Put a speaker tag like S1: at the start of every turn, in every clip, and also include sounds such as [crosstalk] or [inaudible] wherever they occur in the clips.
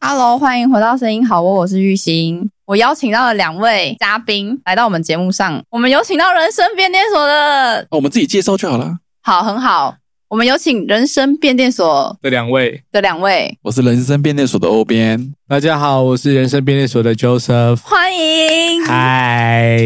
S1: Hello，欢迎回到声音好窝，我是玉兴。我邀请到了两位嘉宾来到我们节目上，我们有请到人生变电所的，
S2: 哦，我们自己介绍就好啦。
S1: 好，很好。我们有请人生变电所
S3: 这两位，
S1: 的两位，
S2: 我是人生变电所的欧边，
S3: 大家好，我是人生便利所的 Joseph。
S1: 欢迎。
S3: 嗨，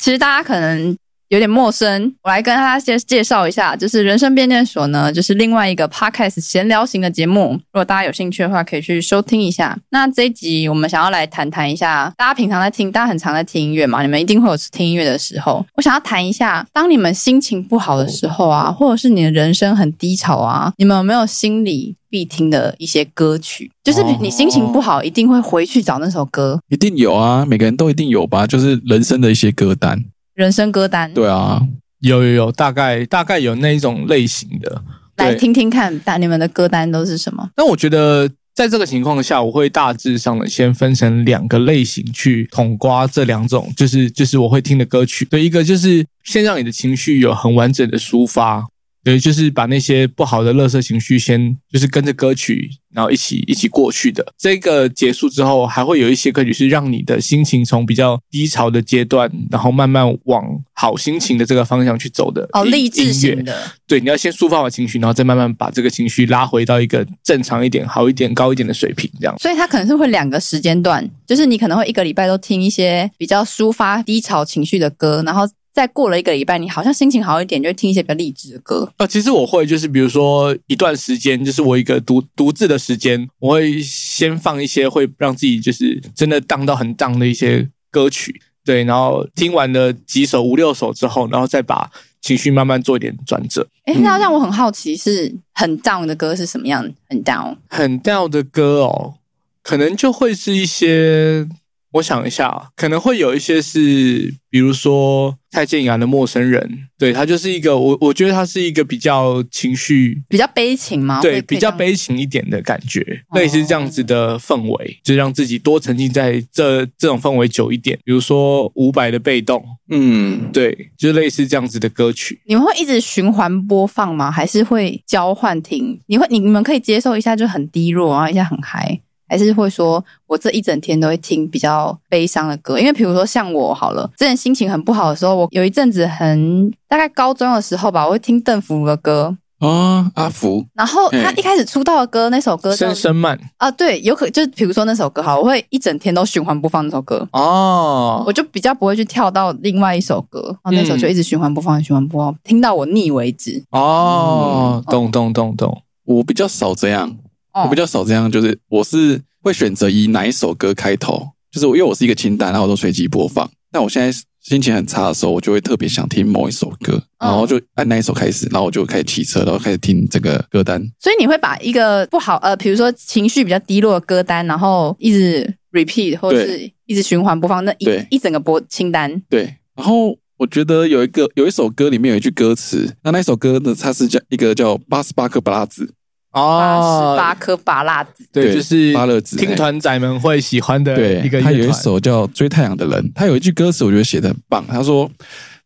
S1: 其实大家可能有点陌生，我来跟大家介介绍一下，就是人生变电所呢，就是另外一个 podcast 闲聊型的节目。如果大家有兴趣的话，可以去收听一下。那这一集我们想要来谈谈一下，大家平常在听，大家很常在听音乐嘛，你们一定会有听音乐的时候。我想要谈一下，当你们心情不好的时候啊，或者是你的人生很低潮啊，你们有没有心里必听的一些歌曲？就是你心情不好，一定会回去找那首歌，
S2: 一定有啊，每个人都一定有吧，就是人生的一些歌单。
S1: 人生歌单。
S2: 对啊，
S3: 有有有，大概大概有那一种类型的。
S1: 来
S3: 对
S1: 听听看，大你们的歌单都是什么？
S3: 但我觉得在这个情况下，我会大致上的先分成两个类型去统刮这两种，就是就是我会听的歌曲。对，一个就是先让你的情绪有很完整的抒发，对，就是把那些不好的垃圾情绪先就是跟着歌曲，然后一起一起过去的。这个结束之后，还会有一些歌曲是让你的心情从比较低潮的阶段，然后慢慢往好心情的这个方向去走的
S1: 哦，
S3: 音
S1: 励志
S3: 音乐
S1: 型的，
S3: 对，你要先抒发好情绪，然后再慢慢把这个情绪拉回到一个正常一点、好一点、高一点的水平，这样。
S1: 所以它可能是会两个时间段，就是你可能会一个礼拜都听一些比较抒发低潮情绪的歌，然后再过了一个礼拜，你好像心情好一点，就会听一些比较励志的歌。
S3: 呃，其实我会就是，比如说一段时间，就是我一个独独自的时间，我会先放一些会让自己就是真的荡到很荡的一些歌曲，对，然后听完了几首五六首之后，然后再把情绪慢慢做一点转折。
S1: 诶，那让我很好奇，是很 down 的歌是什么样？很 down，
S3: 很掉的歌哦，可能就会是一些，我想一下啊，可能会有一些是，比如说蔡健雅的《陌生人》，对，它就是一个我我觉得它是一个比较情绪。
S1: 比较悲情吗？
S3: 对，
S1: 啊会
S3: 比较。
S1: 会这样
S3: 悲情一点的感觉，
S1: 哦
S3: [laughs] 类似这样子的氛围，就让自己多沉浸在这这种氛围久一点。比如说伍佰的《被动》，
S2: 嗯，
S3: 对，就类似这样子的歌曲。
S1: 你们会一直循环播放吗？还是会交换听？你会你你们可以接受一下就很低落，然啊后一下很嗨，还是会说我这一整天都会听比较悲伤的歌？因为比如说像我好了，之前心情很不好的时候，我有一阵子很大概高中的时候吧，我会听邓福如的歌。
S2: 啊，阿福，
S1: 然后他
S2: 嗯
S1: 一开始出道的歌，那首歌叫
S3: 深深慢
S1: 啊，对，有可就是比如说那首歌好，我会一整天都循环播放那首歌，
S3: 哦
S1: 我就比较不会去跳到另外一首歌，然后那首
S3: 嗯
S1: 就一直循环播放，循环播放，听到我腻为止。嗯
S3: 哦，懂懂懂懂，
S2: 我比较少这样，
S1: 哦
S2: 我比较少这样，就是我是会选择以哪一首歌开头，就是我因为我是一个清单，然后我都随机播放。但我现在心情很差的时候，我就会特别想听某一首歌，
S1: 嗯
S2: 然后就按那一首开始，然后我就开始骑车，然后开始听这个歌单。
S1: 所以你会把一个不好呃，比如说情绪比较低落的歌单，然后一直 repeat 或者是一直循环播放那一
S2: 对
S1: 一整个播清单。
S2: 对，然后我觉得有一个有一首歌里面有一句歌词，那那首歌呢，它是叫一个叫八十八颗巴拉子，
S1: 八
S3: 哦
S1: 十，八颗拔辣子，
S3: 对，
S2: 对
S3: 就是
S2: 芭乐子
S3: 听团仔们会喜欢的
S2: 对
S3: 一个，乐
S2: 它
S3: 团。
S2: 有一首叫《追太阳的人》，它有一句歌词我觉得写的很棒，他说：“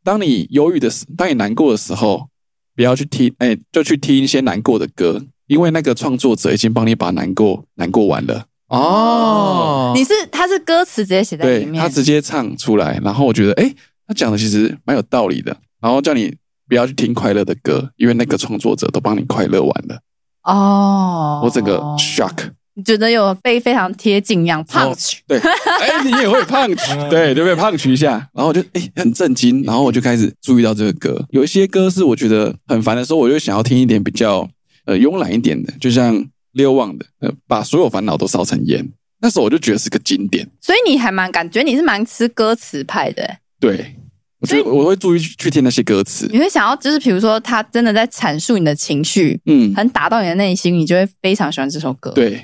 S2: 当你忧郁的时，当你难过的时候，不要去听，哎、就去听一些难过的歌，因为那个创作者已经帮你把难过难过完了。”
S3: 哦，
S1: 你是它是歌词直接写在
S2: 对
S1: 里面
S2: 他，直接唱出来，然后我觉得，哎，他讲的其实蛮有道理的，然后叫你不要去听快乐的歌，因为那个创作者都帮你快乐完了。
S1: 哦，
S2: 我整个 shock，
S1: 你觉得有被非常贴近一样
S2: 哦
S1: punch， [laughs]
S2: 对，哎，你也会 [laughs] 胖
S3: 嗯
S2: 对，对不对？胖曲一下，然后我就哎很震惊，然后我就开始注意到这个歌，有一些歌是我觉得很烦的时候，我就想要听一点比较呃慵懒一点的，就像六望的，呃，把所有烦恼都烧成烟，那时候我就觉得是个经典，
S1: 所以你还蛮感觉你是蛮吃歌词派的、
S2: 对。我
S1: 所
S2: 觉
S1: 以
S2: 得我会注意去去听那些歌词，
S1: 你会想要就是比如说他真的在阐述你的情绪，
S2: 嗯，
S1: 很打到你的内心，你就会非常喜欢这首歌。
S2: 对，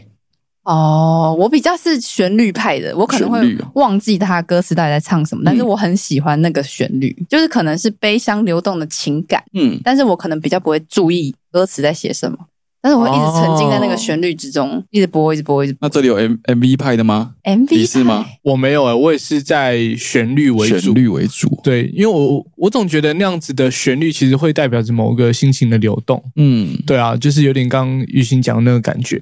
S1: 哦，我比较是旋律派的，我可能
S2: 旋
S1: 会
S2: 律哦嗯
S1: 忘记他歌词到底在唱什么，但是我很喜欢那个旋律，就是可能是悲伤流动的情感，
S2: 嗯，
S1: 但是我可能比较不会注意歌词在写什么，但是我会一直沉浸在那个旋律之中，一直播，一直播，一直播
S2: 哦那。这里有 M M V 派的吗？你
S1: MV
S2: 是吗
S1: 派
S3: 我没有诶，我也是在旋律为主
S2: 旋。律为主，
S3: 对，因为我我总觉得那样子的旋律其实会代表着某个心情的流动。
S2: 嗯，
S3: 对啊，就是有点刚刚玉兴讲的那个感觉。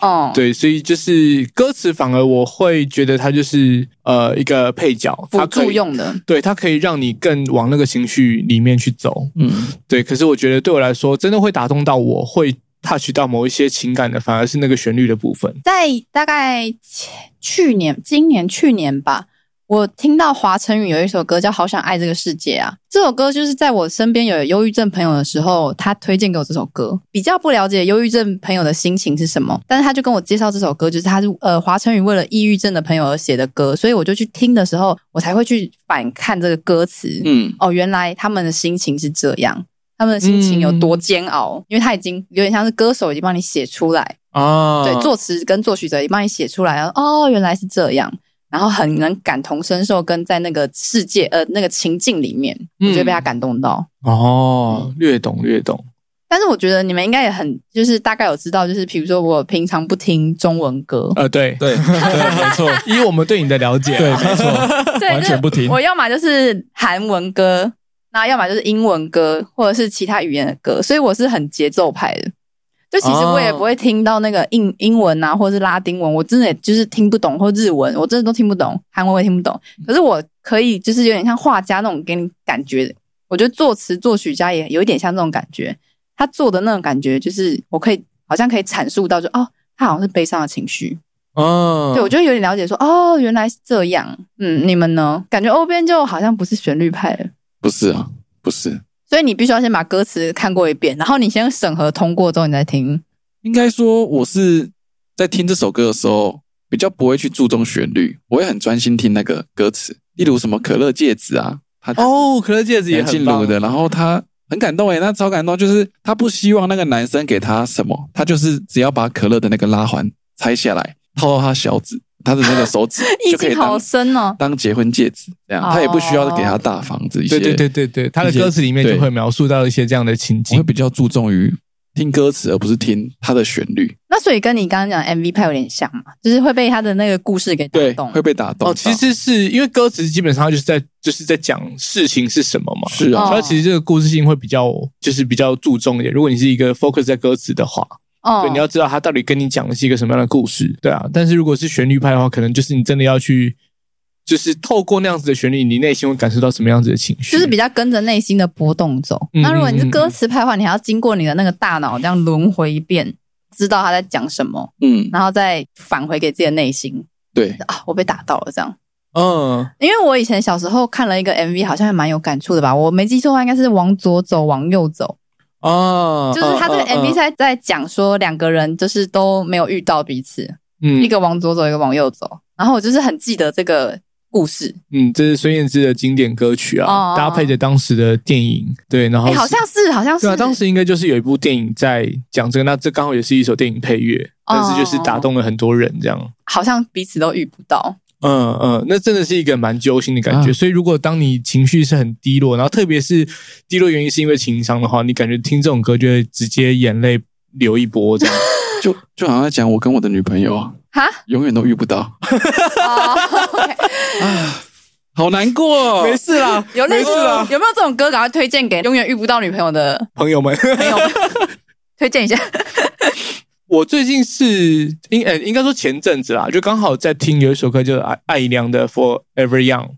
S1: 哦，
S3: 对，所以就是歌词，反而我会觉得它就是呃一个配角，它
S1: 辅
S3: 可
S1: 助
S3: 以，
S1: 用的，
S3: 对，它可以让你更往那个情绪里面去走。
S2: 嗯，
S3: 对，可是我觉得对我来说，真的会打动到我，会 touch 到某一些情感的，反而是那个旋律的部分。
S1: 在大概前去年、今年、去年吧，我听到华晨宇有一首歌叫《好想爱这个世界》啊。这首歌就是在我身边有忧郁症朋友的时候，他推荐给我这首歌。比较不了解忧郁症朋友的心情是什么，但是他就跟我介绍这首歌，就是他是呃华晨宇为了抑郁症的朋友而写的歌，所以我就去听的时候，我才会去反看这个歌词。
S2: 嗯，
S1: 哦，原来他们的心情是这样，他们的心情有多煎熬，因为他已经有点像是歌手已经帮你写出来。
S3: 啊，
S1: 对，作词跟作曲者也帮你写出来，然后哦，原来是这样，然后很能感同身受，跟在那个世界呃那个情境里面，我
S3: 嗯
S1: 觉得被他感动到。
S3: 哦，略懂略懂。
S1: 但是我觉得你们应该也很，就是大概有知道，就是比如说我平常不听中文歌，
S3: 呃，对，
S2: 对，对没错，
S3: [laughs] 以我们对你的了解，啊
S4: 对，没错，
S1: 对，
S4: 完全不听
S1: 就是我要么就是韩文歌，那要么就是英文歌，或者是其他语言的歌，所以我是很节奏派的。就其实我也
S3: 哦
S1: 不会听到那个英英文啊，或者是拉丁文，我真的也就是听不懂，或日文我真的都听不懂，韩文我也听不懂。可是我可以就是有点像画家那种给你感觉，我觉得作词作曲家也有一点像这种感觉，他做的那种感觉就是我可以好像可以阐述到就哦，他好像是悲伤的情绪，
S3: 嗯，
S1: 对，我就有点了解说，哦，原来是这样。嗯，你们呢？感觉欧边就好像不是旋律派的，
S2: [laughs] 不是啊，不是，
S1: 所以你必须要先把歌词看过一遍，然后你先审核通过之后，你再听。
S2: 应该说我是在听这首歌的时候，比较不会去注重旋律，我会很专心听那个歌词，例如什么可乐戒指啊，他
S3: 哦，可乐戒指也
S2: 梁
S3: 很
S2: 静
S3: 棒
S2: 茹的，然后他很感动诶，欸那超感动，就是他不希望那个男生给他什么，他就是只要把可乐的那个拉环拆下来，套到他小指，他的那个手
S3: [laughs]
S2: 指
S1: 意
S2: 就可以
S1: 境好
S2: 当
S1: 深哦。
S2: 当结婚戒指，这样
S1: 哦
S2: 他也不需要给他大房子一些，
S3: 对对对对对，他的歌词里面就会描述到一些这样的情
S2: 我会
S3: 景。
S2: 比较注重于听歌词，而不是听他的旋律，
S1: 那所以跟你刚刚讲的 MV 派有点像嘛，就是会被他的那个故事给打
S2: 对，
S1: 动
S2: 会。被打动到。
S3: 哦，其实是因为歌词基本上它就是在就是在讲事情是什么嘛，
S2: 是啊，
S1: 哦
S3: 所以其实这个故事性会比较就是比较注重一点。如果你是一个 focus 在歌词的话，
S1: 哦
S3: 对，你要知道它到底跟你讲的是一个什么样的故事，对啊。但是如果是旋律派的话，可能就是你真的要去，就是透过那样子的旋律，你内心会感受到什么样子的情绪，
S1: 就是比较跟着内心的波动走。
S3: 嗯
S1: 那如果你是歌词派的话，你还要经过你的那个大脑这样轮回一遍，知道他在讲什么，
S2: 嗯，
S1: 然后再返回给自己的内心
S2: 对，
S1: 啊，我被打到了这样。
S3: 嗯
S1: 因为我以前小时候看了一个 MV，好像还蛮有感触的吧？我没记错的话，应该是往左走，往右走，
S3: 啊，
S1: 就是他这个
S3: 嗯嗯
S1: MV 在在讲说两个人就是都没有遇到彼此，
S3: 嗯
S1: 一个往左走，一个往右走。然后我就是很记得这个故事，
S3: 嗯，这是孙燕姿的经典歌曲啊，
S1: 哦
S3: 搭配着当时的电影，对，然后
S1: 哎，
S3: 哦是
S1: 好像是，好像是，
S3: 对啊，当时应该就是有一部电影在讲这个，那这刚好也是一首电影配乐，但是
S1: 哦
S3: 就是打动了很多人这样。
S1: 好像彼此都遇不到。
S3: 嗯嗯，那真的是一个蛮揪心的感觉。
S2: 啊
S3: 所以，如果当你情绪是很低落，然后特别是低落原因是因为情商的话，你感觉听这种歌就会直接眼泪流一波 [laughs] 这样。
S2: 就就好像在讲我跟我的女朋友啊，
S1: 哈，
S2: 永远都遇不到，啊
S1: 哦 OK
S2: 好难过、哦。
S3: 事啦，
S1: 有类似哦
S3: 没事啊啦
S1: 有没有这种歌？赶快推荐给永远遇不到女朋友的
S3: [laughs] 朋友们。 [laughs]
S1: 朋友们，推荐一下。
S3: 我最近是应呃应该说前阵子啦，就刚好在听有一首歌，就是艾艾怡良的《Forever Young》。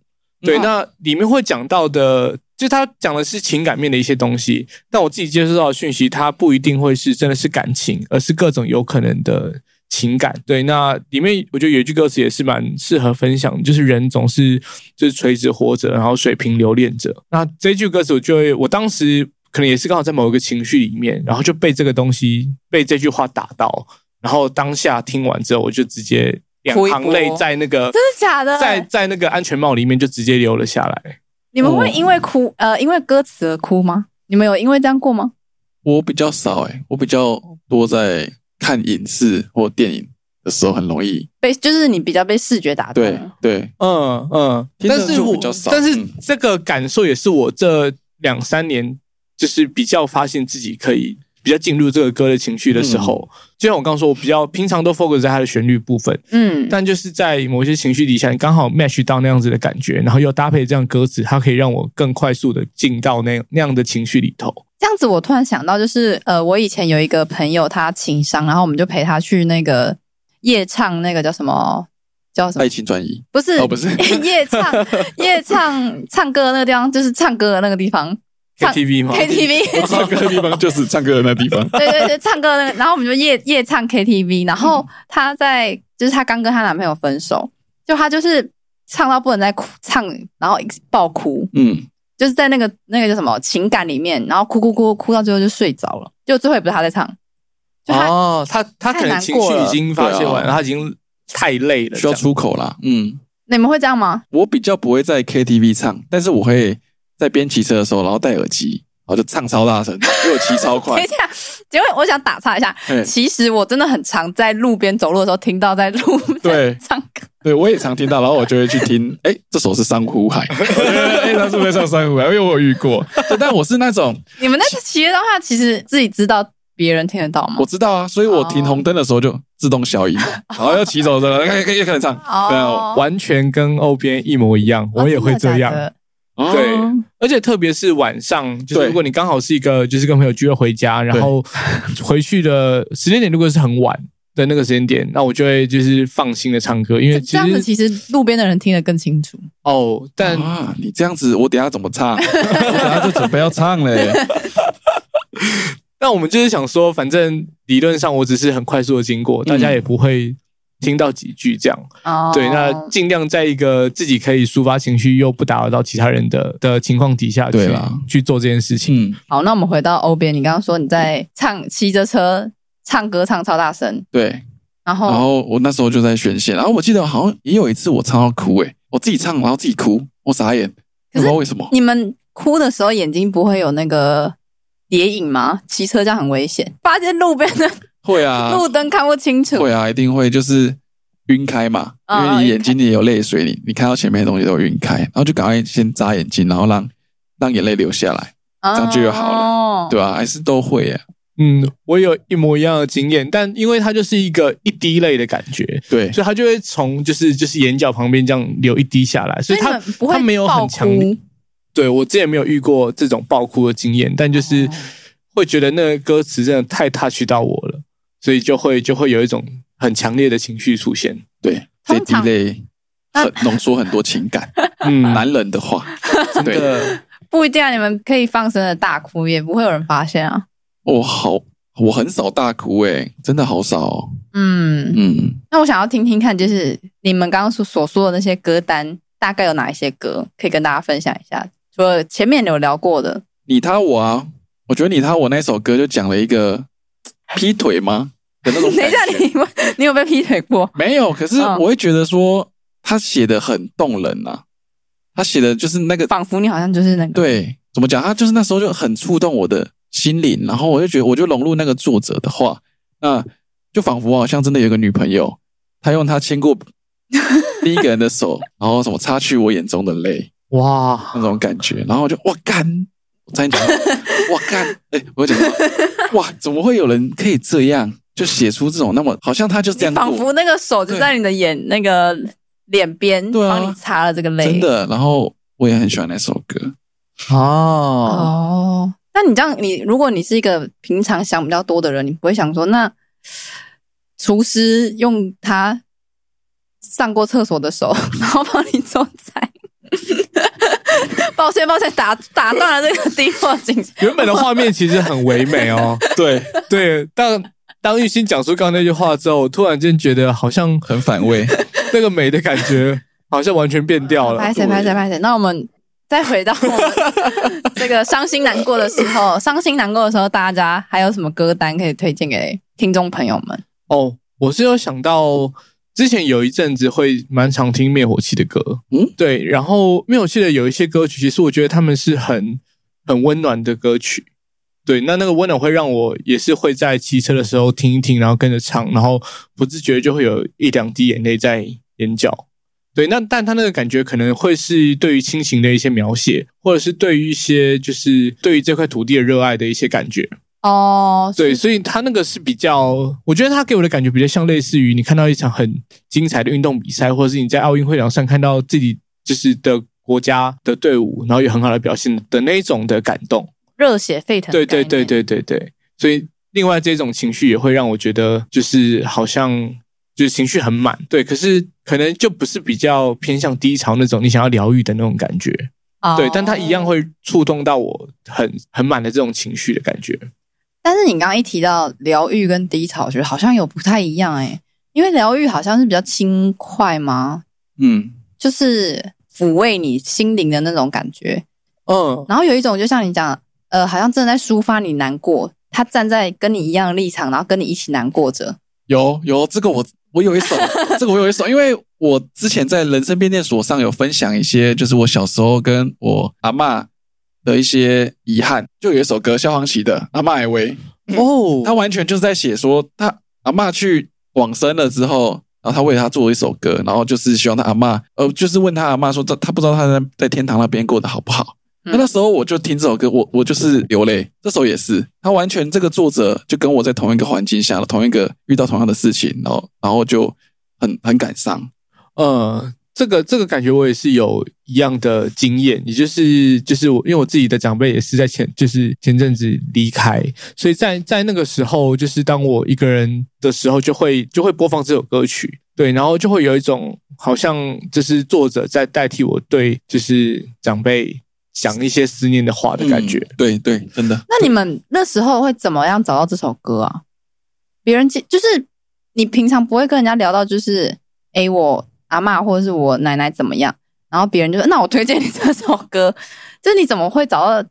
S3: 对，
S1: 嗯
S3: 那里面会讲到的，就他讲的是情感面的一些东西，但我自己接收到的讯息，它不一定会是真的是感情，而是各种有可能的情感。对，那里面我觉得有一句歌词也是蛮适合分享，就是人总是就是垂直活着，然后水平留恋着。那这句歌词，我就会，我当时可能也是刚好在某一个情绪里面，然后就被这个东西被这句话打到，然后当下听完之后，我就直接两
S1: 哭一
S3: 行
S1: 波
S3: 泪在那个
S1: 真的假的？
S3: 在在那个安全帽里面就直接流了下来。
S1: 你们会因为哭呃因为歌词而哭吗？你们有因为这样过吗？
S2: 我比较少诶、我比较多在看影视或电影的时候很容易，
S1: 被就是你比较被视觉打动。
S2: 对对，
S3: 嗯嗯，
S2: 听
S3: 但
S2: 着
S3: 是
S2: 就
S3: 我
S2: 比较少
S3: 但是
S2: 嗯
S3: 这个感受也是我这两三年就是比较发现自己可以比较进入这个歌的情绪的时候，就像我刚刚说，我比较平常都 focus 在它的旋律部分，
S1: 嗯，
S3: 但就是在某些情绪底下，你刚好 match 到那样子的感觉，然后又搭配这样歌词，它可以让我更快速的进到那那样的情绪里头。
S1: 这这样子，我突然想到，就是呃，我以前有一个朋友，他情商，然后我们就陪他去那个夜唱，那个叫什么？叫什么
S2: 爱？情转移
S1: 不是，
S2: 哎哦，不是
S1: [laughs] 夜唱，夜唱唱歌的那个地方，就是唱歌的那个地方唱
S2: 哦
S3: KTV 吗
S1: KTV。
S2: 唱歌的地方，就是唱歌的那地方。
S1: [laughs] 对对对，唱歌的那个，然后我们就夜夜唱 KTV，然后她在就是她刚跟她男朋友分手，就她就是唱到不能再哭，唱然后爆哭，
S2: 嗯，
S1: 就是在那个那个叫什么情感里面，然后哭哭哭哭到最后就睡着了，就最后也不是她在唱，就她、
S3: 哦，他他可能
S1: 太难
S3: 情
S1: 过
S3: 绪
S1: 了
S3: 已经发泄完
S2: 对
S3: 了，
S2: 啊
S3: 他已经太累了，
S2: 需要出口啦。嗯，
S1: 你们会这样吗？
S3: [laughs]
S2: 我比较不会在 KTV 唱，但是我会在边骑车的时候，然后戴耳机，然后就唱超大声，因为我骑超
S1: [laughs] 等
S2: 快
S1: 一。下，结果我想打岔一下，
S2: 哎
S1: 其实我真的很常在路边走路的时候听到在
S3: 哦
S1: 路
S2: 对
S1: 唱歌， [laughs]
S2: [laughs] 对，我也常听到，然后我就会去听， [laughs] 哎，这首是珊瑚海， [laughs] 哎，他是不是在唱珊瑚海？因为我有遇过，对 [laughs] 但我是那种
S1: 你们那个企业的话，其实自己知道别人听得到吗
S2: 我？知道啊，所以我停红灯的时候就自动消音，然后哦要骑走的人， [laughs] 哎，可以可以唱，对啊，
S1: 哦，
S3: 完全跟欧边一模一样，我也会这样。
S1: 哦真的假的
S2: 我
S3: 对
S2: 哦
S3: 而且特别是晚上，就是
S2: 对
S3: 如果你刚好是一个就是跟朋友聚会回家，然后 [laughs] 回去的时间点如果是很晚的那个时间点，那我就会就是放心的唱歌，因为
S1: 这
S3: 其
S1: 这样子
S3: 实
S1: 其实路边的人听得更清楚。
S3: 哦，但
S2: 啊，你这样子，我等一下怎么 [laughs] 唱？我等一下就准备要唱 [laughs] 嘞。
S3: 但我们就是想说，反正理论上我只是很快速的经过，大家也不会听到几句这样。
S1: 嗯哦，
S3: 对，那尽量在一个自己可以抒发情绪又不打扰到其他人的的情况底下
S2: 对
S3: 去
S2: 啦
S3: 去做这件事情。
S2: 嗯，
S1: 好，那我们回到欧边，你刚刚说你在唱骑着车唱歌唱超大声，
S2: 对。
S1: 然
S3: 哦
S2: 然
S1: 后
S2: 后我那时候就在选线，然后我记得好像也有一次我唱到哭、欸，我自己唱然后自己哭，我傻眼，
S1: 可
S2: 不
S1: 是
S2: 知道为什么。
S1: 你们哭的时候眼睛不会有那个谍影吗？骑车这样很危险，发现路边的
S2: 会啊，
S1: 路灯看不清楚。
S2: [laughs] 会啊，一定会就是晕开嘛，因
S1: 嗯
S2: 为
S1: 嗯
S2: 你
S1: 晕
S2: 眼睛里有泪水，你你看到前面的东西都晕开，然后就赶快先眨眼睛，然后让让眼泪流下来，
S1: 这
S2: 样就好了
S1: 哦、
S2: 对吧、啊还是都会耶、
S3: 嗯，我有一模一样的经验，但因为它就是一个一滴泪的感觉，
S2: 对，
S3: 所以它就会从就是就是眼角旁边这样流一滴下来，
S1: 所
S3: 所以
S1: 以你
S3: 它
S1: 们不会
S3: 它没有
S1: 爆
S3: 很
S1: 哭
S3: 强烈。对我之前没有遇过这种爆哭的经验，但就是
S1: 哦
S3: 会觉得那个歌词真的太 touch 到我了，所以就会就会有一种很强烈的情绪出现。
S2: 对，这
S1: 通
S2: 滴
S1: 常
S2: 泪很浓缩很多情
S1: [laughs]
S2: 感，
S3: 嗯， [laughs]
S2: 男人的话，对，
S3: 的，
S1: 不一定啊，你们可以放声的大哭，也不会有人发现啊。
S2: 我、哦好，我很少大哭、欸，诶，真的好少、哦，
S1: 嗯，
S2: 嗯，
S1: 那我想要听听看，就是你们刚刚所所说的那些歌单，大概有哪一些歌可以跟大家分享一下？除了前面有聊过的，
S2: 你他我啊，我觉得你他我那首歌就讲了一个劈腿吗的那
S1: [laughs] 等
S2: 种
S1: 一
S2: 感
S1: 下
S2: 觉，
S1: 你们你有被劈腿过？
S2: 没有，可是
S1: 嗯
S2: 我会觉得说他写的很动人啊，他写的就是那个
S1: 仿佛你好像就是那个，
S2: 对，怎么讲？他就是那时候就很触动我的心灵，然后我就觉得我就融入那个作者的话，那就仿佛我好像真的有一个女朋友，她用她
S1: [laughs]
S2: 牵过另一个人的手，然后什么擦去我眼中的泪
S3: 哇，
S2: 那种感觉，然后我就哇干，我差
S1: [laughs]
S2: 点讲到，哇干，哎、我讲到哇，怎么会有人可以这样就写出这种那么好像他就是这
S1: 你
S2: 样
S1: 仿
S2: 过
S1: 佛那个手就在你的眼那个脸边，
S2: 对啊
S1: 帮你擦了这个泪，
S2: 真的，然后我也很喜欢那首歌，
S3: 哦，
S1: 哦，那你这样，你如果你是一个平常想比较多的人，你不会想说，那厨师用他上过厕所的手， [laughs] 然后帮你做菜。 [laughs] 抱歉，抱歉，打打断了这个低落精神。
S3: 原本的画面其实很唯美哦。
S2: [laughs] 对，
S3: 对，当当玉兴讲出刚刚那句话之后，我突然间觉得好像
S2: 很反胃。
S3: 那个美的感觉好像完全变掉了
S1: 拍。谁拍谁拍谁。那我们再回到我们
S3: [laughs]
S1: 这个伤心难过的时候，伤心难过的时候，大家还有什么歌单可以推荐给听众朋友们？
S3: 哦，我是有想到之前有一阵子会蛮常听灭火器的歌，
S2: 嗯，
S3: 对，然后灭火器的有一些歌曲，其实我觉得他们是很很温暖的歌曲。对，那那个温暖会让我也是会在骑车的时候听一听，然后跟着唱，然后不自觉就会有一两滴眼泪在眼角。对，那但他那个感觉可能会是对于亲情的一些描写，或者是对于一些就是对于这块土地的热爱的一些感觉。
S1: 哦，
S3: 对，所以他那个是比较，我觉得他给我的感觉比较像类似于你看到一场很精彩的运动比赛，或者是你在奥运会场上看到自己就是的国家的队伍，然后有很好的表现的那一种的感动。
S1: 热血沸腾的
S3: 对
S1: 概
S3: 对
S1: 念。
S3: 对对对对，所以另外这种情绪也会让我觉得，就是好像就是情绪很满，对，可是可能就不是比较偏向低潮那种你想要疗愈的那种感觉，
S1: 哦
S3: 对，但它一样。会触动到我很很满的这种情绪的感觉。
S1: 但是你刚刚一提到疗愈跟低潮，我觉得好像有不太一样哎、因为疗愈好像是比较轻快嘛，
S2: 嗯，
S1: 就是抚慰你心灵的那种感觉。
S3: 嗯，
S1: 然后有一种就像你讲，呃，好像真的在抒发你难过，他站在跟你一样的立场，然后跟你一起难过着。
S2: 有有这个我我有一首， [laughs] 这个我有一首，因为我之前在人生变电所上有分享一些，就是我小时候跟我阿嬷的一些遗憾，就有一首歌萧煌奇的《阿嬷艾薇》，
S3: 哦
S2: 他完全就是在写说他阿嬷去往生了之后，然后他为他做了一首歌，然后就是希望他阿嬷，呃，就是问他阿嬷说，他他不知道他在在天堂那边过得好不好。
S1: 嗯
S2: 那那时候我就听这首歌，我我就是流泪。这首也是，他完全这个作者就跟我在同一个环境下，同一个遇到同样的事情，然后然后就很很感伤。
S3: 呃，这个这个感觉我也是有一样的经验，也就是就是我因为我自己的长辈也是在前就是前阵子离开，所以在在那个时候，就是当我一个人的时候，就会就会播放这首歌曲，对，然后就会有一种好像就是作者在代替我对就是长辈讲一些思念的话的感觉。
S2: 嗯对对，真的。
S1: 那你们那时候会怎么样找到这首歌啊？别人介就是你平常不会跟人家聊到，就是诶，我阿嬷或者是我奶奶怎么样，然后别人就说那我推荐你这首歌， [laughs] 就是你怎么会找到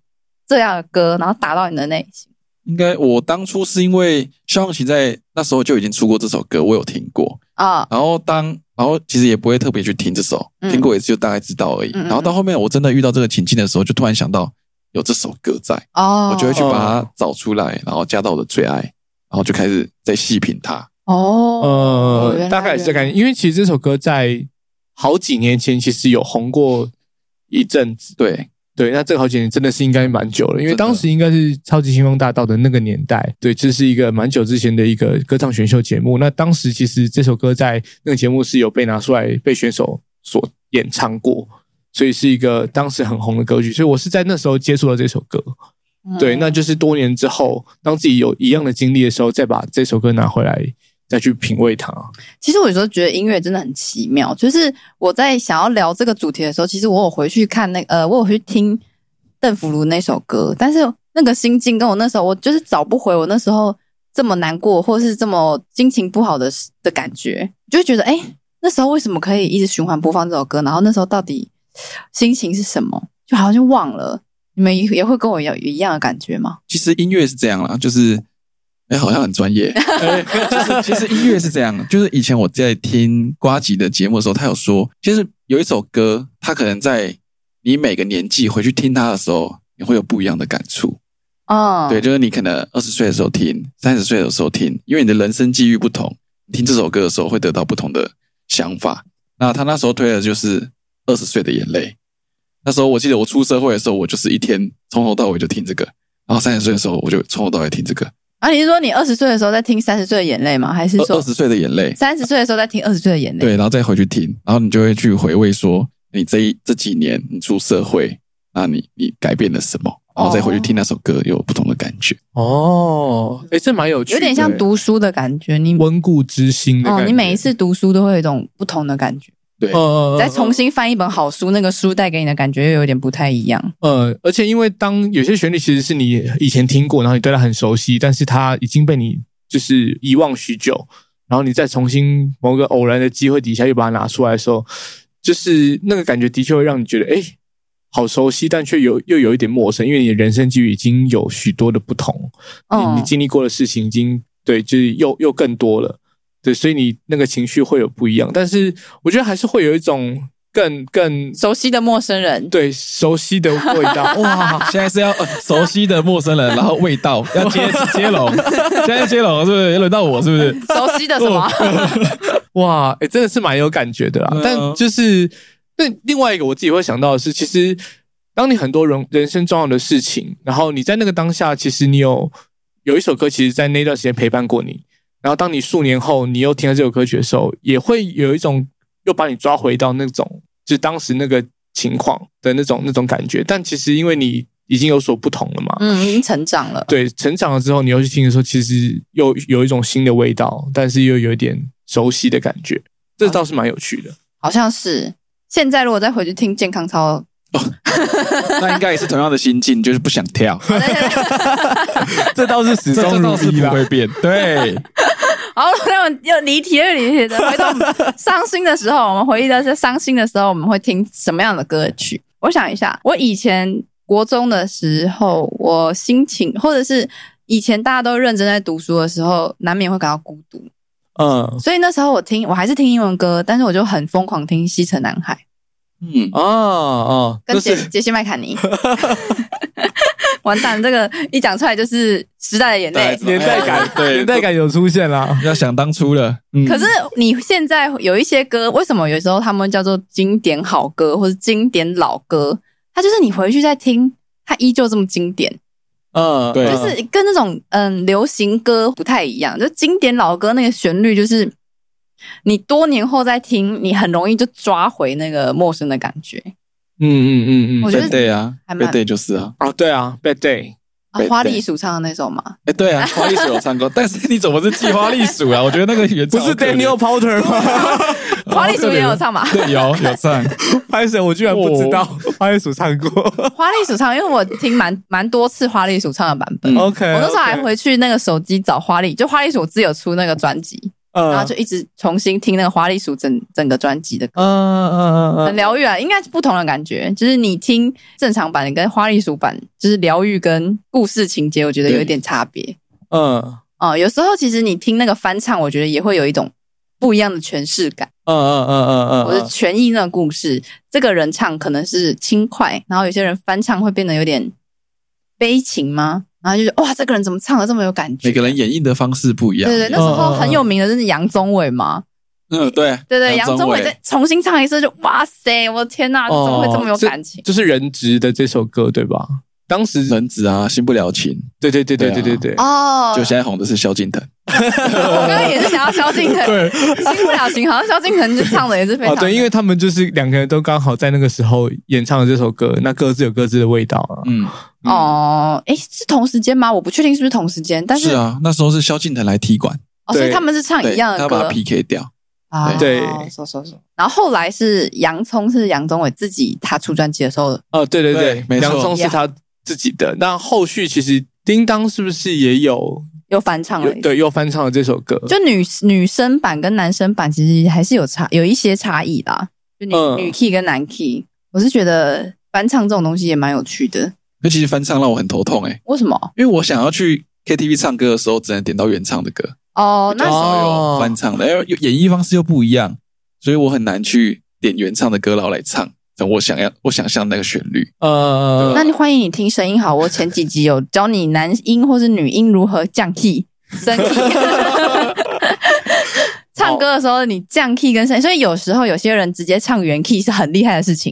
S1: 这样的歌，然后打到你的内心？
S2: 应该我当初是因为萧煌奇在那时候就已经出过这首歌，我有听过。
S1: 啊、
S2: 然后当然后其实也不会特别去听这首，
S1: 嗯
S2: 听过一次就大概知道而已。
S1: 嗯嗯嗯
S2: 然后到后面我真的遇到这个情境的时候，就突然想到有这首歌在，
S1: 哦，
S2: 我就会去
S3: 哦
S2: 把它找出来，然后加到我的最爱，然后就开始在细品它。
S1: 哦，哦原
S3: 呃，
S1: 来
S3: 大概也是这个概
S1: 原
S3: 念，因为其实这首歌在好几年前其实有红过一阵子。
S2: 对，
S3: 对，那这个好几年真的是应该蛮久了，因为
S2: 真的
S3: 当时应该是超级星光大道的那个年代，对，这是一个蛮久之前的一个歌唱选秀节目。那当时其实这首歌在那个节目是有被拿出来被选手所演唱过，所以是一个当时很红的歌曲。所以我是在那时候接触到这首歌，对，那就是多年之后，当自己有一样的经历的时候，再把这首歌拿回来，再去品味它。
S1: 其实我有时候觉得音乐真的很奇妙，就是我在想要聊这个主题的时候，其实我有回去看那呃，我有去听邓福如那首歌，但是那个心境跟我那时候，我就是找不回我那时候这么难过或是这么心情不好的时的感觉，就会觉得哎、诶那时候为什么可以一直循环播放这首歌？然后那时候到底心情是什么？就好像就忘了。你们也也会跟我有一样的感觉吗？
S2: 其实音乐是这样啦，就是哎，好像很专
S1: [laughs]
S2: 业。哎就是其实音乐是这样，就是以前我在听瓜吉的节目的时候，他有说，其实有一首歌，它可能在你每个年纪回去听它的时候，你会有不一样的感触。
S1: 哦，
S2: 对，就是你可能二十岁的时候听，三十岁的时候听，因为你的人生际遇不同，你听这首歌的时候会得到不同的想法。那他那时候推的就是《二十岁的眼泪》，那时候我记得我出社会的时候，我就是一天从头到尾就听这个，然后三十岁的时候我就从头到尾听这个。
S1: 啊，你是说你二十岁的时候在听《三十岁的眼泪》吗？还是
S2: 二
S1: 说
S2: 二十岁的眼泪，
S1: 三十岁的时候在听《二十岁的眼泪》？
S2: 对，然后再回去听，然后你就会去回味说，你这一这几年你出社会，那你你改变了什么，然后再回去听那首歌，有不同的感觉。
S3: 哦，哎，这蛮有趣的，
S1: 有点像读书的感觉。你
S3: 温故知新的感
S1: 哦，
S3: 觉。
S1: 你每一次读书都会有一种不同的感觉，
S2: 对，
S3: 呃，
S1: 再重新翻一本好书，那个书带给你的感觉又有点不太一样。
S3: 呃，而且因为当有些旋律其实是你以前听过，然后你对它很熟悉，但是它已经被你就是遗忘许久，然后你再重新某个偶然的机会底下又把它拿出来的时候，就是那个感觉的确会让你觉得，哎、好熟悉，但却有又有一点陌生，因为你的人生际遇已经有许多的不同，你你
S1: 嗯，
S3: 经历过的事情已经对，就是又又更多了，对，所以你那个情绪会有不一样，但是我觉得还是会有一种更更
S1: 熟悉的陌生人，
S3: [laughs] 对熟悉的味道，
S1: [laughs]
S3: 哇，
S2: 现在是要、呃熟悉的陌生人，然后味道要接接龙，现在接龙是不是？轮到我是不是？
S1: 熟悉的什
S3: [laughs]
S1: 么？
S3: 哇，哎、真的是蛮有感觉的啦。
S2: 对啊
S3: 但就是，那另外一个我自己会想到的是，其实当你很多人人生重要的事情，然后你在那个当下，其实你有有一首歌，其实在那段时间陪伴过你。然后当你数年后，你又听到这首歌曲的时候，也会有一种又把你抓回到那种，就是当时那个情况的那种那种感觉。但其实因为你。已经有所不同了嘛。
S1: 嗯，已经成长了。
S3: 对，成长了之后，你又去听的时候，其实又有一种新的味道，但是又有一点熟悉的感觉，这倒是蛮有趣的。
S1: 好像是。现在如果再回去听健康
S3: [laughs]
S1: 操，哦
S2: 那应该也是同样的心境，就是不想跳，
S3: 这倒是始
S2: [laughs] 这这倒是不会变。 [laughs] 对，
S1: 好，那我们又离题又离题的，回到我们伤心的时候，我们回忆到这伤心的时候，我们会听什么样的歌曲？我想一下，我以前国中的时候，我心情或者是以前大家都认真在读书的时候，难免会感到孤独，
S3: 嗯
S1: 所以那时候我听我还是听英文歌，但是我就很疯狂听《西城男孩》
S2: 嗯，
S3: 啊啊，
S1: 跟
S3: 就
S1: 杰
S3: 是
S1: 杰西麦卡尼。 [laughs] 完蛋，这个一讲出来就是时代的眼泪。
S3: 年代感，
S2: 对
S3: 年代感有出现啦。
S2: 要想当初了，嗯，
S1: 可是你现在有一些歌，为什么有时候他们叫做经典好歌或者经典老歌？它就是你回去再听，它依旧这么经典，
S3: 嗯，
S2: 对
S1: 就
S3: 嗯
S1: 是跟那种嗯流行歌不太一样。就经典老歌那个旋律，就是你多年后再听，你很容易就抓回那个陌生的感觉。
S3: 嗯嗯嗯嗯
S1: 我觉得
S2: bad day 啊
S1: 还蛮
S2: ，bad day 就是 [laughs] 啊，
S3: 啊，对啊，Bad Day，
S1: 啊
S2: 对
S1: 花栗鼠唱的那首嘛，
S2: 哎，对啊，花栗鼠有唱 [laughs] 歌，但是你怎么是记花栗鼠啊？我觉得那个原
S3: 不
S2: 唱
S3: 是
S2: 好可怜
S3: Daniel Powter 吗？
S1: 花栗鼠也有唱嘛。
S2: 哦对，有有唱，
S3: [laughs] 拍手，我居然不知道花月鼠唱过。
S1: 花栗鼠唱，因为我听蛮蛮多次花栗鼠唱的版本。
S2: 嗯
S3: [laughs] OK，
S1: 我那时候还回去那个手机找花栗，就花栗鼠自有出那个专辑，然后
S3: 嗯
S1: 就一直重新听那个花栗鼠整整个专辑的歌，
S3: 嗯嗯
S1: 很
S3: 嗯
S1: 疗愈啊，应该是不同的感觉。就是你听正常版跟花栗鼠版，就是疗愈跟故事情节，我觉得有一点差别
S3: 嗯
S1: 哦。有时候其实你听那个翻唱，我觉得也会有一种不一样的诠释感，
S3: 嗯嗯嗯嗯，
S1: 我是全译那个故事，这个人唱可能是轻快，然后有些人翻唱会变得有点悲情吗？然后就觉得哇，这个人怎么唱的这么有感觉？
S2: 每个人演绎的方式不一样。
S1: 对对，那时候
S3: 嗯嗯嗯
S1: 很有名的就是杨宗纬嘛，
S2: 嗯，对
S1: 对对，杨宗
S2: 宗
S1: 纬再重新唱一次就，哇塞，我的天呐，怎么
S3: 哦
S1: 会这么有感情？
S3: 就是人质的这首歌对吧？当时
S2: 人子啊，新不了情，
S3: 对对对对对对对，
S1: 哦，
S2: [laughs] 就现在红的是萧敬腾。
S1: 我刚刚也是想要萧敬腾，[laughs]
S3: [laughs] 对
S1: 新不了情，好像萧敬腾就唱的也是非
S3: [laughs] 哦
S1: 常
S3: 对，因为他们就是两个人都刚好在那个时候演唱了这首歌，那各自有各自的味道啊。
S2: 嗯，
S1: 哦，诶，是同时间吗？我不确定是不是同时间，但
S2: 是
S1: 是
S2: 啊，那时候是萧敬腾来踢馆，
S1: 哦，所以
S3: 对
S1: 他们是唱一
S2: 对，
S1: 样的
S2: 他把
S1: 歌
S2: 他 PK 掉。
S1: 啊，
S3: 对
S1: 说说说。然后后来是洋葱，是杨宗纬自己他出专辑的时候，
S3: 哦，对对
S2: 对没错
S3: 洋葱是他自己的。那后续其实叮当是不是也有
S1: 又翻唱了
S3: 有
S1: 一次，
S3: 对又翻唱了这首歌？
S1: 就女女生版跟男生版其实还是有差，有一些差异啦。就女、
S3: 嗯
S1: 女 key 跟男 key，我是觉得翻唱这种东西也蛮有趣的。
S2: 那其实翻唱让我很头痛哎、欸，
S1: 为什么？
S2: 因为我想要去 KTV 唱歌的时候，只能点到原唱的歌，
S1: 哦，那
S2: 很
S1: 是
S3: 哦
S2: 少有翻唱的，因为演绎方式又不一样，所以我很难去点原唱的歌然后来唱成我想要我想象那个旋律。
S3: 呃，
S1: 那你欢迎你听声音好，我前几集有教你男音或是女音如何降 key 升 key。唱歌的时候你降 key 跟升，所以有时候有些人直接唱原 key 是很厉害的事情，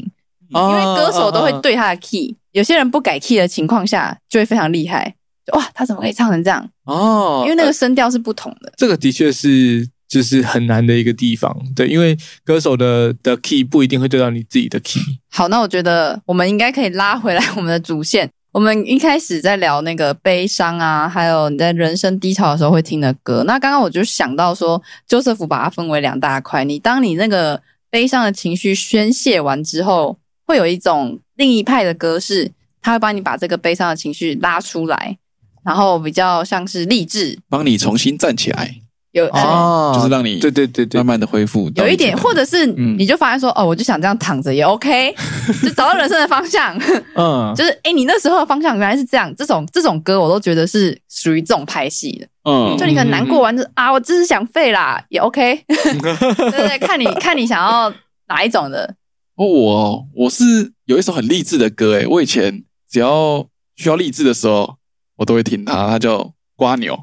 S3: 因
S1: 因为歌手
S3: 哦
S1: 都会对他的 key，有些人不改 key 的情况下就会非常厉害。就哇，他怎么可以唱成这样？
S3: 哦，
S1: 因为那个声调是不同的。
S3: 这个的确是就是很难的一个地方，对，因为歌手的的 key 不一定会对到你自己的 key，
S1: 好，那我觉得我们应该可以拉回来我们的主线。我们一开始在聊那个悲伤啊，还有你在人生低潮的时候会听的歌。那刚刚我就想到说，Joseph 把它分为两大块。你当你那个悲伤的情绪宣泄完之后，会有一种另一派的歌是，它会帮你把这个悲伤的情绪拉出来，然后比较像是励志，
S2: 帮你重新站起来，
S1: 有、呃
S3: 哦
S2: 就是让你
S3: 对对对对
S2: 慢，慢的恢复到
S1: 有
S2: 以
S1: 一
S2: 前的。
S1: 点，或者是
S2: 嗯
S1: 你就发现说，哦，我就想这样躺着也
S3: [laughs]
S1: OK，就找到人生的方向。
S3: 嗯， [laughs]
S1: 就是，哎、你那时候的方向原来是这样，这种这种歌我都觉得是属于这种拍戏的。
S2: 嗯，
S1: 就你可能难过完就啊，我只是想废啦，也 OK。对对，对看你看你想要哪一种的。
S2: 哦，我哦我是有一首很励志的歌诶，我以前只要需要励志的时候，我都会听它，它叫《瓜牛》。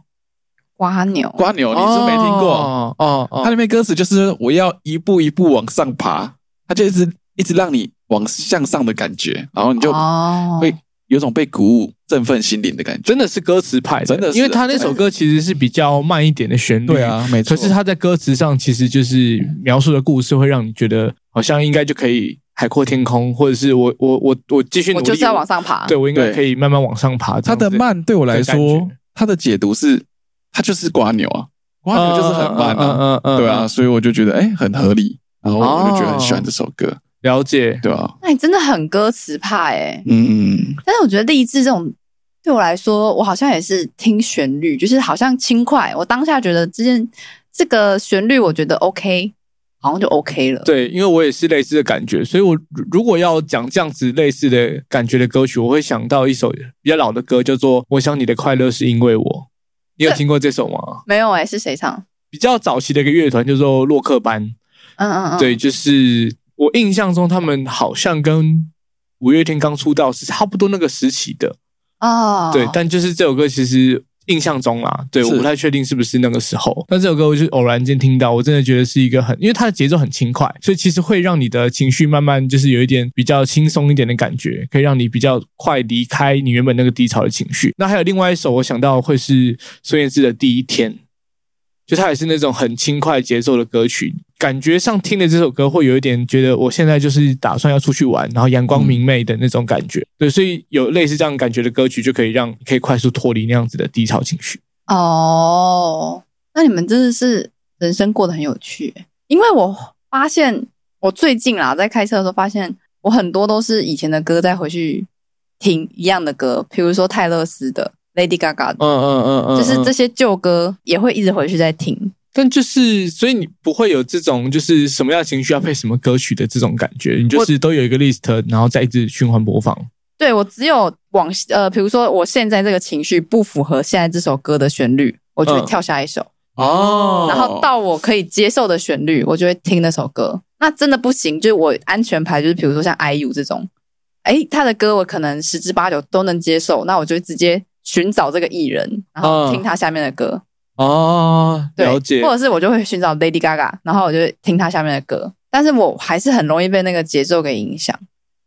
S1: 瓜牛，
S2: 瓜牛，你是不是没听过？
S3: 哦哦
S2: 它
S3: 哦
S2: 里面歌词就是我要一步一步往上爬，它就一直一直让你往向上的感觉，然后你就
S1: 哦
S2: 会有种被鼓舞、振奋心灵的感觉。
S3: 真的是歌词派的，
S2: 真的是
S3: 因为他那首歌其实是比较慢一点的旋律，
S2: 对，啊，没错。
S3: 可是他在歌词上其实就是描述的故事会让你觉得好像应该就可以海阔天空，或者是我我我我继续努
S1: 我
S3: 力，
S1: 就是要往上爬。
S3: 对我应该
S2: 对
S3: 可以慢慢往上爬。
S2: 他的
S3: 这样子
S2: 慢对我来
S3: 这个
S2: 说
S3: 感觉，
S2: 他的解读是，他就是瓜牛啊，瓜牛就是很慢啊，
S3: 嗯嗯嗯，嗯
S2: 对啊，，所以我就觉得哎、很合理，然后我就觉得
S3: 哦
S2: 很喜欢这首歌，
S3: 了解。
S2: 对啊，
S1: 那你真的很歌词派哎、
S2: 嗯，
S1: 但是我觉得励志这种对我来说，我好像也是听旋律，就是好像轻快。我当下觉得这件这个旋律，我觉得 OK，好像就 OK 了。
S3: 对，因为我也是类似的感觉，所以我如如果要讲这样子类似的感觉的歌曲，我会想到一首比较老的歌，叫做《我想你的快乐是因为我》。你有
S1: 这
S3: 听过这首吗？
S1: 没有哎、是谁唱？
S3: 比较早期的一个乐团叫做洛克班，
S1: 嗯嗯嗯，
S3: 对，，就是我印象中他们好像跟五月天刚出道是差不多那个时期的，
S1: 哦，
S3: 对，但就是这首歌其实印象中啦，对，
S2: 是
S3: 我不太确定是不是那个时候。但这首歌我就偶然间听到，我真的觉得是一个很，因为它的节奏很轻快，所以其实会让你的情绪慢慢就是有一点比较轻松一点的感觉，可以让你比较快离开你原本那个低潮的情绪。那还有另外一首，我想到会是孙燕姿的《第一天》。就它也是那种很轻快节奏的歌曲，感觉上听的这首歌会有一点觉得我现在就是打算要出去玩，然后阳光明媚的那种感觉。对，所以有类似这样感觉的歌曲，就可以让你可以快速脱离那样子的低潮情绪。
S1: 哦，那你们真的是人生过得很有趣欸，因为我发现我最近啦，在开车的时候发现，我很多都是以前的歌再回去听一样的歌，比如说泰勒斯的、Lady Gaga 的，
S3: 嗯嗯嗯嗯
S1: 就是这
S3: 这，
S1: 些旧歌也会一直回去再听。
S3: 但就是所以你不会有这种就是什么样的情绪要配什么歌曲的这种感觉，你就是都有一个 list，然后再一直循环播放。
S1: 对我只有往呃，比如说我现在这个情绪不符合现在这首歌的旋律，我就会
S3: 嗯
S1: 跳下一首。
S2: 哦
S1: 然后到我可以接受的旋律，我就会听那首歌。那真的不行，就是我安全牌，就是比如说像 IU 这种，诶，他的歌我可能十之八九都能接受，那我就直接寻找这个艺人，然后听他下面的歌。
S3: 哦，
S1: 对，
S3: 嗯了解
S1: 或。者是我就会寻找 Lady Gaga，然后我就听他下面的歌。但是我还是很容易被那个节奏给影响。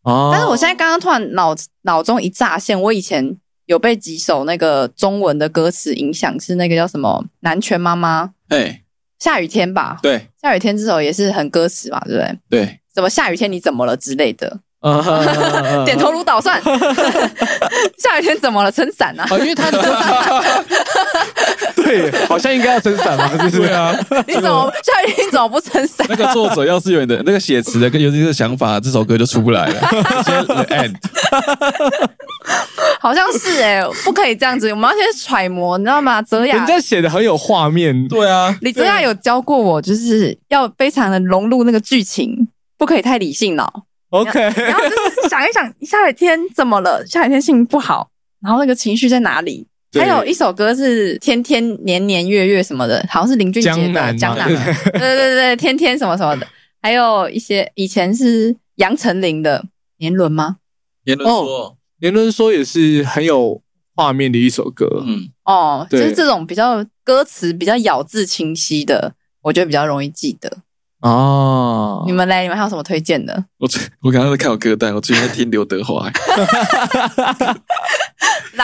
S3: 哦，
S1: 但是我现在刚刚突然脑脑中一乍现，我以前有被几首那个中文的歌词影响，是那个叫什么《南拳妈妈》
S2: 哎、
S1: 下雨天吧，
S2: 对
S1: 下雨天这首也是很歌词嘛，对不对？
S2: 对，
S1: 什么下雨天你怎么了之类的，
S3: 啊在
S1: 点头如捣
S3: [laughs]
S1: 蒜。下雨天怎么了？撑伞啊？
S3: 啊，因为他的歌词，对，好像应该要撑伞嘛，哦就是
S2: 对啊，
S1: 你怎么下雨天你怎么不撑
S3: [laughs]
S1: 伞？
S2: 那个作者要是有你的那个写词的跟有这个想法，这首歌就出不来 [laughs] 了。先 the end，
S1: 好像是哎、不可以这样子，我们要先揣摩，你知道吗？泽雅
S3: 人。家写的很有画面，
S2: 对啊，
S1: 李泽雅有教过我，就是要非常的融入那个剧情，不可以太理性脑。
S3: ，OK，
S1: 然后就是想一想，下雨天怎么了？下雨天心情不好，然后那个情绪在哪里？
S3: 对
S1: 还有一首歌是天天年年月月什么的，好像是林俊杰的
S3: 江南嘛
S1: 江南嘛， [laughs] 对对对对，天天什么什么的，还有一些以前是杨丞琳的年轮吗？
S2: 言论说，
S3: 言论说也是很有画面的一首歌，
S2: 嗯，
S1: 哦，就
S3: 对
S1: 是这种比较歌词比较咬字清晰的，我觉得比较容易记得。
S3: 哦
S1: 你们来，你们还有什么推荐的？
S2: 我最我刚刚在看我歌单，我最近在听刘德 [laughs] 华、
S1: 来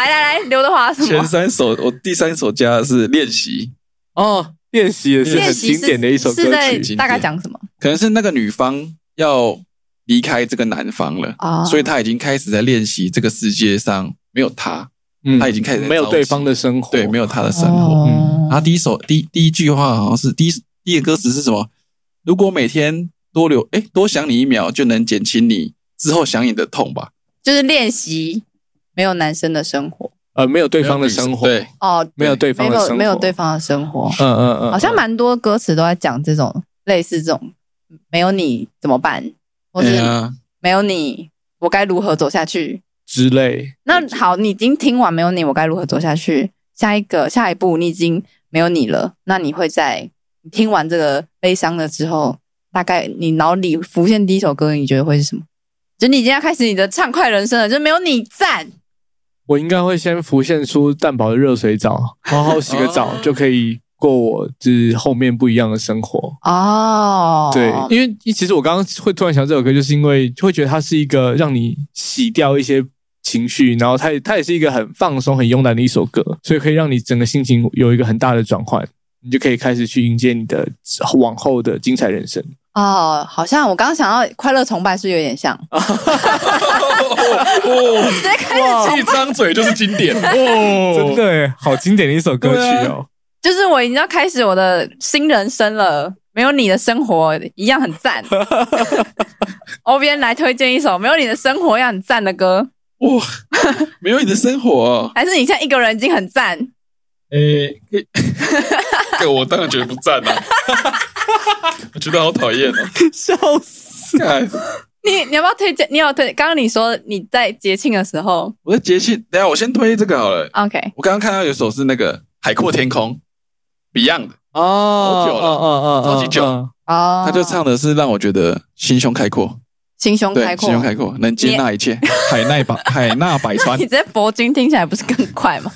S1: 来来，刘德华什
S2: 前
S1: 么？
S2: 三首，我第三首加的是练习，
S3: 哦，练习也是很
S1: 练习
S3: 经
S1: 是
S3: 典的一首歌
S1: 是在
S3: 曲，
S1: 大概讲什么？
S2: 可能是那个女方要离开这个男方了，
S1: 哦
S2: 所以她已经开始在练习这个世界上没有他，
S3: 嗯
S2: 他已经开始在
S3: 没有对方的生活，
S2: 对，没
S3: 有，
S2: 有他的生活。
S1: 嗯
S2: 然后第一首第第一句话好像是第一第一个歌词是什么？如果每天多留哎多想你一秒，就能减轻你之后想你的痛吧。
S1: 就是练习没有男生的生活
S3: 呃，没有对方的生活，
S2: 对，
S1: 哦，
S3: 没有对
S1: 没
S3: 方的生
S1: 有
S3: 活，
S1: 没有对，方的生活，
S3: 嗯嗯嗯，
S1: 好像蛮多歌词都在讲这种类似这种没有你怎么办，或
S2: 哎
S1: 是
S2: 呀
S1: 没有你我该如何走下去。
S3: 之类，
S1: 那好，你已经听完没有你我该如何走下去，下一个下一步你已经没有你了，那你会在你听完这个悲伤的之后，大概你脑里浮现第一首歌，你觉得会是什么？就你已经要开始你的畅快人生了，就没有你赞。
S3: 我应该会先浮现出蛋堡的热水澡，
S2: [laughs]
S3: 好好洗个澡
S2: 哦
S3: 就可以过我就是后面不一样的生活。
S1: 哦，
S3: 对，因为其实我刚刚会突然想到这首歌，就是因为会觉得它是一个让你洗掉一些情绪，然后它也它也是一个很放松、很慵懒的一首歌，所以可以让你整个心情有一个很大的转换，你就可以开始去迎接你的往后的精彩人生。
S1: 哦，好像我刚刚想到《快乐崇拜》是不是有点像，
S2: 哦，
S1: 直接开 [laughs] 始
S2: 一张嘴就是经典。
S3: 真的耶，好经典的一首歌曲哦。
S1: 就是我已经要开始我的新人生了，没有你的生活一样很
S3: [laughs]
S1: 赞。O B N 来推荐一首没有你的生活一样很赞的歌，
S2: 哇，没有你的生活、哦，
S1: 还是你现在一个人已经很赞？
S3: 啊
S2: 诶、可以这哎我当然觉得不赞 [laughs] 啦、我觉得好讨厌哦。
S3: 笑死！
S2: 看，
S1: 你你要不要推荐？你有推？刚刚你说你在节庆的时候
S2: 我的节气，等一下我先推这个好了。
S1: ，OK，
S2: 我刚刚看到有一首是那个《海阔天空》，Beyond，的
S1: 啊
S3: 哦，哦
S2: 久了
S3: 哦
S2: 超级久
S3: 哦
S1: 哦，
S2: 他就唱的是让我觉得心胸开阔，
S1: 心胸
S2: 对
S1: 开，阔
S2: 心，胸开阔，能接纳一切， [laughs] 海纳百海纳百
S1: [laughs]
S2: 川
S1: 你。直接铂金听起来不是更快
S3: [laughs]
S1: 吗？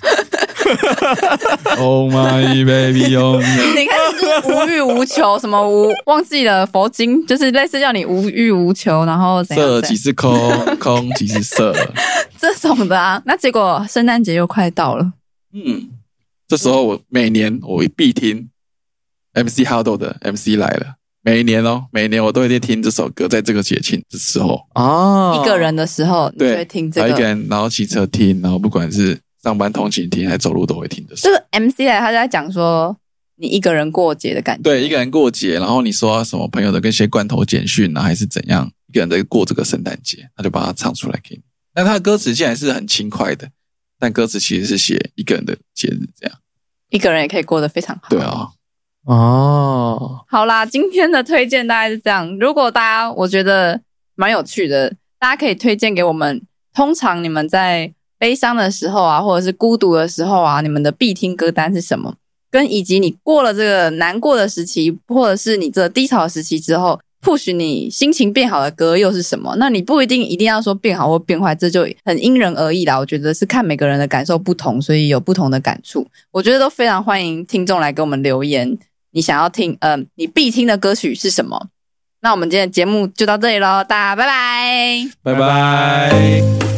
S2: Oh my baby, oh my-
S1: 你看，就是无欲无求，什么无忘记了佛经，就是类似叫你无欲无求，然后 [laughs] 怎样
S2: 色
S1: 怎
S2: 即
S1: 样
S2: 是空，空即是色。
S1: 这种的啊。那结果圣诞节又快到了，
S2: 嗯，这时候我每年我必听 MC Hardo 的 MC 来了，每一年哦，每一年我都一定听这首歌，在这个节庆的时候，
S3: 哦，
S1: 一个人的时候你就
S2: 嗯对
S1: 会听这
S2: 然后一个
S1: 个。
S2: 人，然后骑车听，然后不管是上班通勤听，还是走路都会听这首
S1: 就。是 MC 来，他就在讲说你一个人过节的感觉。
S2: 对，一个人过节，然后你说什么朋友的跟些罐头简讯啊，还是怎样，一个人在过这个圣诞节，他就把它唱出来给你。但他的歌词竟然是很轻快的，但歌词其实是写一个人的节日这样。
S1: 一个人也可以过得非常好。
S2: 对啊，
S3: 哦，
S1: 好啦，今天的推荐大概是这样。如果大家我觉得蛮有趣的，大家可以推荐给我们。通常你们在悲伤的时候啊，或者是孤独的时候啊，你们的必听歌单是什么？跟以及你过了这个难过的时期，或者是你这个低潮的时期之后，或许你心情变好的歌又是什么？那你不一定一定要说变好或变坏，这就很因人而异啦。我觉得是看每个人的感受不同，所以有不同的感触。我觉得都非常欢迎听众来给我们留言，你想要听，嗯、你必听的歌曲是什么？那我们今天的节目就到这里喽，大家拜拜。
S2: 拜拜